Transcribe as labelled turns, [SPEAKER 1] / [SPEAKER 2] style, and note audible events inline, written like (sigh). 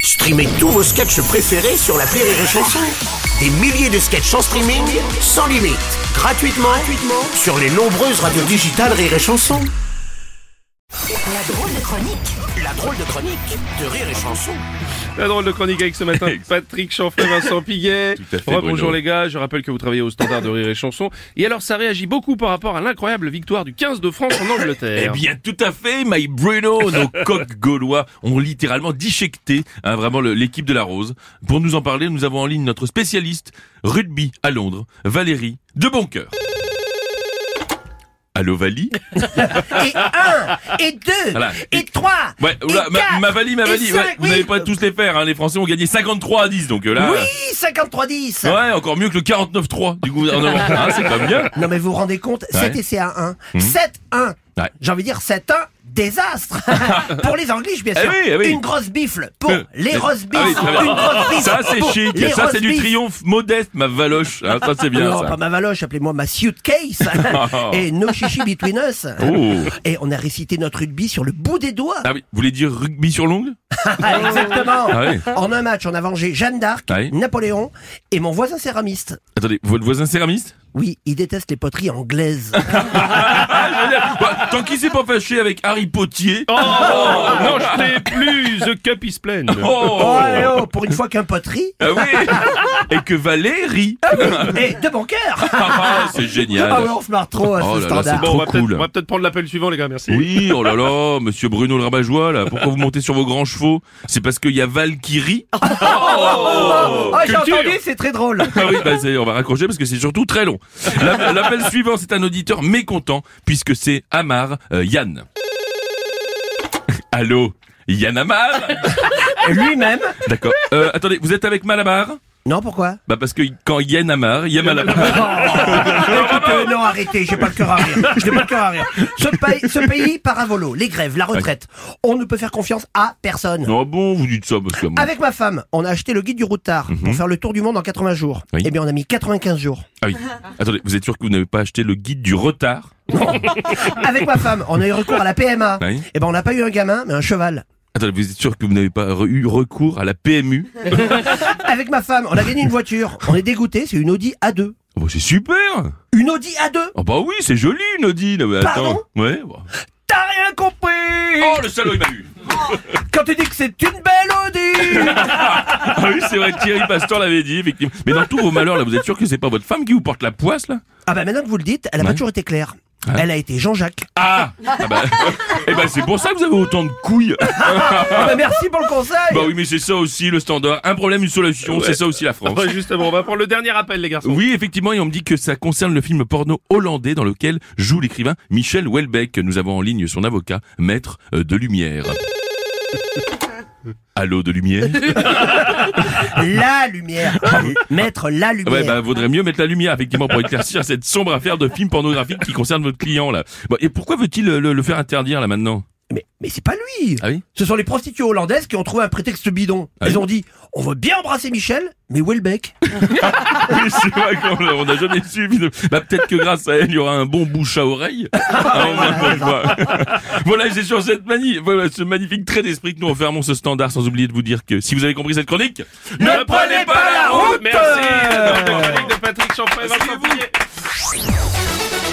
[SPEAKER 1] Streamez tous vos sketchs préférés sur la Rire et Chanson. Des milliers de sketchs en streaming, sans limite, gratuitement, gratuitement sur les nombreuses radios digitales Rire et Chanson.
[SPEAKER 2] La drôle de chronique.
[SPEAKER 1] La drôle de chronique de Rire et Chanson.
[SPEAKER 3] La drôle de chronique avec ce matin
[SPEAKER 4] (laughs)
[SPEAKER 3] Patrick Chanfray, Vincent Piguet.
[SPEAKER 4] Tout à fait,
[SPEAKER 3] Bonjour
[SPEAKER 4] Bruno.
[SPEAKER 3] les gars, je rappelle que vous travaillez au standard de rire et chanson. Et alors ça réagit beaucoup par rapport à l'incroyable victoire du 15 de France en
[SPEAKER 4] Eh
[SPEAKER 3] Angleterre.
[SPEAKER 4] bien, tout à fait, my Bruno, nos coqs gaulois ont littéralement disjecté hein, vraiment le- l'équipe de la Rose. Pour nous en parler, nous avons en ligne notre spécialiste rugby à Londres, Valérie de Boncoeur. Allô, Vali
[SPEAKER 5] et un, et deux,
[SPEAKER 4] Voilà.
[SPEAKER 5] et trois.
[SPEAKER 4] Ouais,
[SPEAKER 5] et
[SPEAKER 4] oula, ma,
[SPEAKER 5] quatre,
[SPEAKER 4] ma Vali, ma
[SPEAKER 5] et
[SPEAKER 4] Vali.
[SPEAKER 5] cinq,
[SPEAKER 4] ouais, vous
[SPEAKER 5] oui.
[SPEAKER 4] n'allez pas tous les faire, hein, les Français ont gagné 53 à 10, donc euh, là... euh,
[SPEAKER 5] Oui, 53-10.
[SPEAKER 4] Ouais, encore mieux que le 49-3 du
[SPEAKER 5] (laughs)
[SPEAKER 4] gouvernement, hein, c'est pas bien.
[SPEAKER 5] Non mais vous vous rendez compte,
[SPEAKER 4] Ouais. Mhm.
[SPEAKER 5] cet essai à 1, 7-1.
[SPEAKER 4] Ouais.
[SPEAKER 5] J'ai envie de dire 7-1.
[SPEAKER 4] (laughs)
[SPEAKER 5] Désastre pour les Anglais, bien sûr.
[SPEAKER 4] Eh oui, eh oui.
[SPEAKER 5] Une grosse bifle pour
[SPEAKER 4] Euh,
[SPEAKER 5] les roast
[SPEAKER 4] Ah oui,
[SPEAKER 5] beef.
[SPEAKER 4] très bien.
[SPEAKER 5] Une grosse bifle
[SPEAKER 4] Ça c'est
[SPEAKER 5] pour
[SPEAKER 4] chic,
[SPEAKER 5] les
[SPEAKER 4] ça c'est du
[SPEAKER 5] roast beef.
[SPEAKER 4] triomphe modeste, ma valoche, hein, ça c'est bien
[SPEAKER 5] non,
[SPEAKER 4] ça.
[SPEAKER 5] pas ma valoche, appelez-moi ma
[SPEAKER 4] (laughs)
[SPEAKER 5] suitcase et no chichi between us.
[SPEAKER 4] Oh.
[SPEAKER 5] Et on a récité notre rugby sur le bout des doigts.
[SPEAKER 4] Ah oui, vous voulez dire rugby sur l'ongle
[SPEAKER 5] Ah, Exactement.
[SPEAKER 4] Ah oui.
[SPEAKER 5] En un match, on a vengé Jeanne d'Arc,
[SPEAKER 4] Ah oui.
[SPEAKER 5] Napoléon et mon voisin céramiste.
[SPEAKER 4] Attendez, votre voisin céramiste
[SPEAKER 5] Oui, il déteste les poteries anglaises.
[SPEAKER 4] Bah, Tant qu'il s'est pas fâché avec Harry Potier.
[SPEAKER 3] Oh non, je t'ai plus, The Cup is plein.
[SPEAKER 5] Oh,
[SPEAKER 4] (laughs) Oh
[SPEAKER 5] allez, oh, pour une fois
[SPEAKER 4] (laughs)
[SPEAKER 5] qu'un poterie
[SPEAKER 4] Ah oui Et que Valérie
[SPEAKER 5] et de
[SPEAKER 4] (laughs)
[SPEAKER 5] bon cœur.
[SPEAKER 4] Ah, C'est génial
[SPEAKER 5] Ah ouais, on se marre trop à
[SPEAKER 4] Oh
[SPEAKER 5] ce
[SPEAKER 4] là là, c'est
[SPEAKER 5] standard.
[SPEAKER 3] Bon, on va
[SPEAKER 4] Trop
[SPEAKER 3] peut-être
[SPEAKER 4] cool.
[SPEAKER 3] on va peut-être prendre l'appel suivant les gars, merci.
[SPEAKER 4] Oui, oh là là, monsieur Bruno le rabat-joie, là, pourquoi vous montez sur vos grands chevaux C'est parce qu'il y a Val qui rit
[SPEAKER 5] Oh, j'ai
[SPEAKER 3] culture.
[SPEAKER 5] entendu, c'est très drôle.
[SPEAKER 4] Ah oui, bah c'est- on va raccrocher parce que c'est surtout très long. L'appel l'appel suivant, c'est un auditeur mécontent puisque c'est Amar euh, Yann. Allô Yann Amar (laughs)
[SPEAKER 5] Lui-même.
[SPEAKER 4] D'accord. Euh, attendez, vous êtes avec Malamar
[SPEAKER 5] Non, pourquoi
[SPEAKER 4] Bah parce que quand Yann a marre, Yann a marre.
[SPEAKER 5] Eh, Écoute, euh, non, arrêtez, j'ai pas le cœur à rire. J'ai pas le cœur à rire. Ce pays, ce pays par un volo, les grèves, la retraite. On ne peut faire confiance à personne.
[SPEAKER 4] Non bon, vous dites ça parce que...
[SPEAKER 5] Avec ma femme, on a acheté le guide du routard pour faire le tour du monde en 80 jours.
[SPEAKER 4] Mhm. Oui.
[SPEAKER 5] Eh bien, on a mis 95 jours.
[SPEAKER 4] Ah oui. Attendez, vous êtes sûr que vous n'avez pas acheté le guide du retard
[SPEAKER 5] Avec ma femme, on a eu recours à la PMA.
[SPEAKER 4] Oui.
[SPEAKER 5] Eh ben, on n'a pas eu un gamin, mais un cheval.
[SPEAKER 4] Attendez, vous êtes sûr que vous n'avez pas re- eu recours à la PMU
[SPEAKER 5] Avec ma femme, on a gagné une voiture. On est dégoûté, c'est une Audi A2.
[SPEAKER 4] Oh bah c'est super
[SPEAKER 5] Une Audi A2
[SPEAKER 4] Oh bah oui, c'est joli une Audi là, mais attends.
[SPEAKER 5] Pardon
[SPEAKER 4] Ouais. bah.
[SPEAKER 5] T'as rien compris
[SPEAKER 4] Oh le salaud il m'a eu
[SPEAKER 5] Quand tu dis que c'est une belle Audi
[SPEAKER 4] Ah oui, c'est vrai, Thierry Pasteur l'avait dit, effectivement. Mais dans tous vos malheurs là, vous êtes sûr que c'est pas votre femme qui vous porte la poisse là
[SPEAKER 5] Ah bah maintenant que vous le dites, elle a
[SPEAKER 4] Ouais.
[SPEAKER 5] pas toujours été claire. Elle a été Jean-Jacques.
[SPEAKER 4] Ah, ah bah, (laughs) Eh bah c'est pour ça que vous avez autant de couilles
[SPEAKER 5] Ah bah merci pour le conseil
[SPEAKER 4] Bah oui, mais c'est ça aussi le standard. Un problème, une solution, c'est ça aussi la France.
[SPEAKER 3] Ouais, Ah, bah, justement, on va prendre le dernier appel les garçons.
[SPEAKER 4] Oui, effectivement, et on me dit que ça concerne le film porno hollandais dans lequel joue l'écrivain Michel Houellebecq. Nous avons en ligne son avocat, maître euh, de (laughs) lumière. Allô de lumière
[SPEAKER 5] La lumière Mettre la lumière
[SPEAKER 4] Ah Ouais, bah vaudrait mieux mettre la lumière, effectivement, pour éclaircir cette sombre affaire de film pornographique qui concerne votre client, là. Bon, et pourquoi veut-il euh, le, le faire interdire, là, maintenant
[SPEAKER 5] Mais, mais c'est pas lui
[SPEAKER 4] Ah oui
[SPEAKER 5] Ce sont les prostituées hollandaises qui ont trouvé un prétexte bidon.
[SPEAKER 4] Ah
[SPEAKER 5] Elles
[SPEAKER 4] oui
[SPEAKER 5] ont dit, on veut bien embrasser Michel, mais où est le bec
[SPEAKER 4] Oui, c'est vrai qu'on on n'a jamais su. mais- Bah, peut-être que grâce à elle, il y aura un bon bouche à oreille. Ah, on va pas le voir. (laughs) voilà, c'est sur cette mani- voilà, ce magnifique trait d'esprit que nous refermons ce standard, sans oublier de vous dire que si vous avez compris cette chronique, ne prenez pas la route
[SPEAKER 3] Merci. La drôle de chronique de Patrick Chanfray, Vincent
[SPEAKER 4] Suivez-vous.
[SPEAKER 3] Piguet.